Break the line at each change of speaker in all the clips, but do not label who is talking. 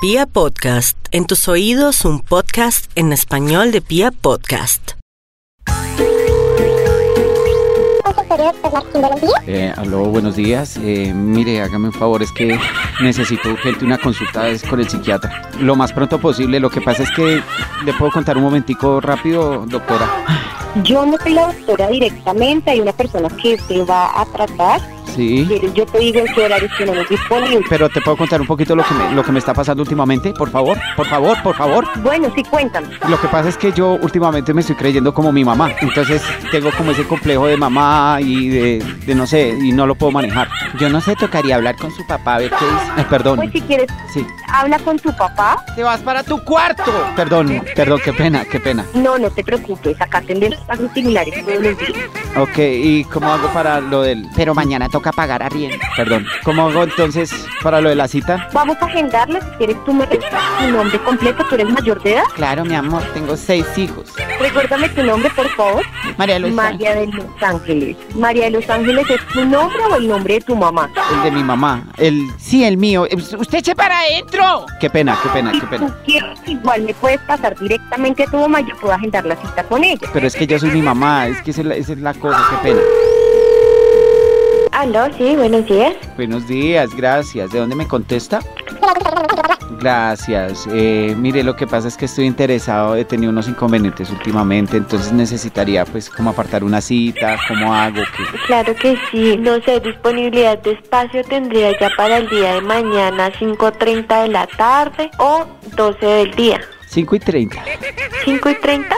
Pia Podcast, en tus oídos un podcast en español de Pia Podcast.
Eh, aló, buenos días. Eh, mire, hágame un favor, es que necesito urgente una consulta es con el psiquiatra. Lo más pronto posible. Lo que pasa es que le puedo contar un momentico rápido, doctora.
Yo no soy la doctora directamente, hay una persona que se va a tratar.
Sí.
pero Yo te digo en qué horarios tenemos disponibles.
Pero te puedo contar un poquito lo que me, lo que me está pasando últimamente, por favor, por favor, por favor.
Bueno, sí, cuéntame.
Lo que pasa es que yo últimamente me estoy creyendo como mi mamá, entonces tengo como ese complejo de mamá y de, de no sé, y no lo puedo manejar. Yo no sé, tocaría hablar con su papá, a ver qué dice. Ay,
Pues
perdón.
si quieres,
Sí.
habla con tu papá.
Te vas para tu cuarto. Perdón, perdón, qué pena, qué pena.
No, no te preocupes, acá atenden los aglutinares todos los días.
Ok, ¿y cómo hago para lo del...? Pero mañana toca pagar arriendo. Perdón. ¿Cómo hago entonces para lo de la cita?
Vamos a agendarla, si quieres tú me prestas tu nombre completo, tú eres mayor de edad.
Claro, mi amor, tengo seis hijos.
Recuérdame tu nombre, por favor.
María Luisa,
María de Los Ángeles. María de Los Ángeles, ¿es tu nombre o el nombre de tu mamá?
el de mi mamá. El, sí, el mío. Eh, ¡Usted se para adentro! Qué pena, qué pena,
Si
Ah, qué
tú
pena.
quieres, igual me puedes pasar directamente a tu mamá y yo puedo agendar la cita con ella.
Pero es que yo soy mi mamá, es que esa es la, esa es la cosa, qué pena.
Ah,
Aló, sí, buenos días.
Buenos días, gracias. ¿De dónde me contesta? Gracias. Eh, mire, lo que pasa es que estoy interesado, he tenido unos inconvenientes últimamente, entonces necesitaría pues como apartar una cita, cómo hago, qué...
Claro que sí, no sé, disponibilidad de espacio tendría ya para el día de mañana 5.30 de la tarde o 12 del día.
5 y 30.
5 y 30.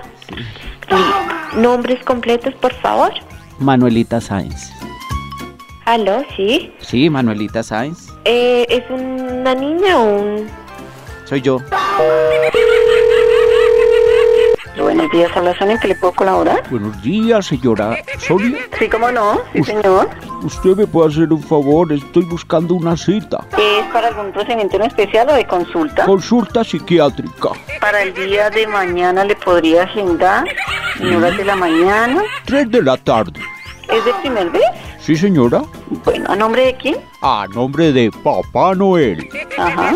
Listo. Nombres completos, por favor.
Manuelita Sáenz.
Aló, sí.
Sí, Manuelita Sáenz.
Eh, ¿Es una niña o un...?
Soy yo.
Buenos días, habla Sonia, ¿en qué le puedo colaborar?
Buenos días, señora Sonia.
Sí, cómo no, sí, señor.
¿Usted me puede hacer un favor? Estoy buscando una cita.
¿Es para algún procedimiento en especial o de consulta?
Consulta psiquiátrica.
Para el día de mañana le podría agendar, en horas de la mañana.
3 de la tarde.
¿Es de primer vez?
Sí, señora.
Bueno, ¿a nombre de quién?
A nombre de Papá Noel.
Ajá.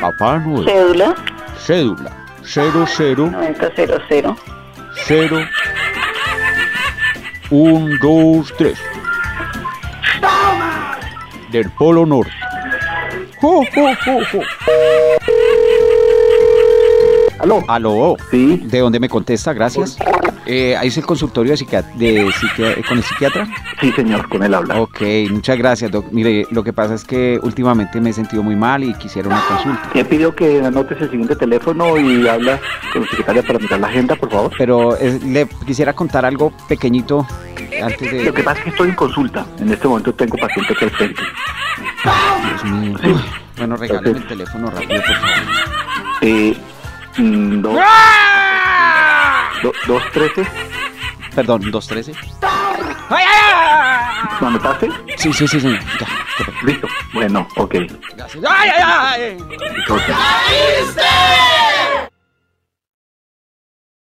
Papá Noel.
Cédula
Cédula. 00
9000.
0 1 2 3 Del Polo Norte. Jo, jo, jo, jo.
Aló.
Aló.
Sí,
¿De dónde me contesta? Gracias. Eh, ahí es el consultorio de psiquia- de psiquia- con el psiquiatra.
sí, señor, con él habla.
Ok, muchas gracias, doc. Mire, lo que pasa es que últimamente me he sentido muy mal y quisiera una consulta.
Te pido que anotes el siguiente teléfono y habla con la secretaria para mirar la agenda, por favor.
Pero eh, le quisiera contar algo pequeñito antes de...
Lo que pasa es que estoy en consulta. En este momento tengo paciente al frente.
Dios mío. Bueno, regálame el teléfono rápido, por favor.
Eh, mm, dos,
¡Ah!
do- dos trece.
Perdón, 213.
¿Lo anotaste?
Sí, sí, sí, señor. Ya, qué pena. ¡Ah!
Listo. Bueno, ok.
Gracias. ¡Ay, ay, ay!
Entonces,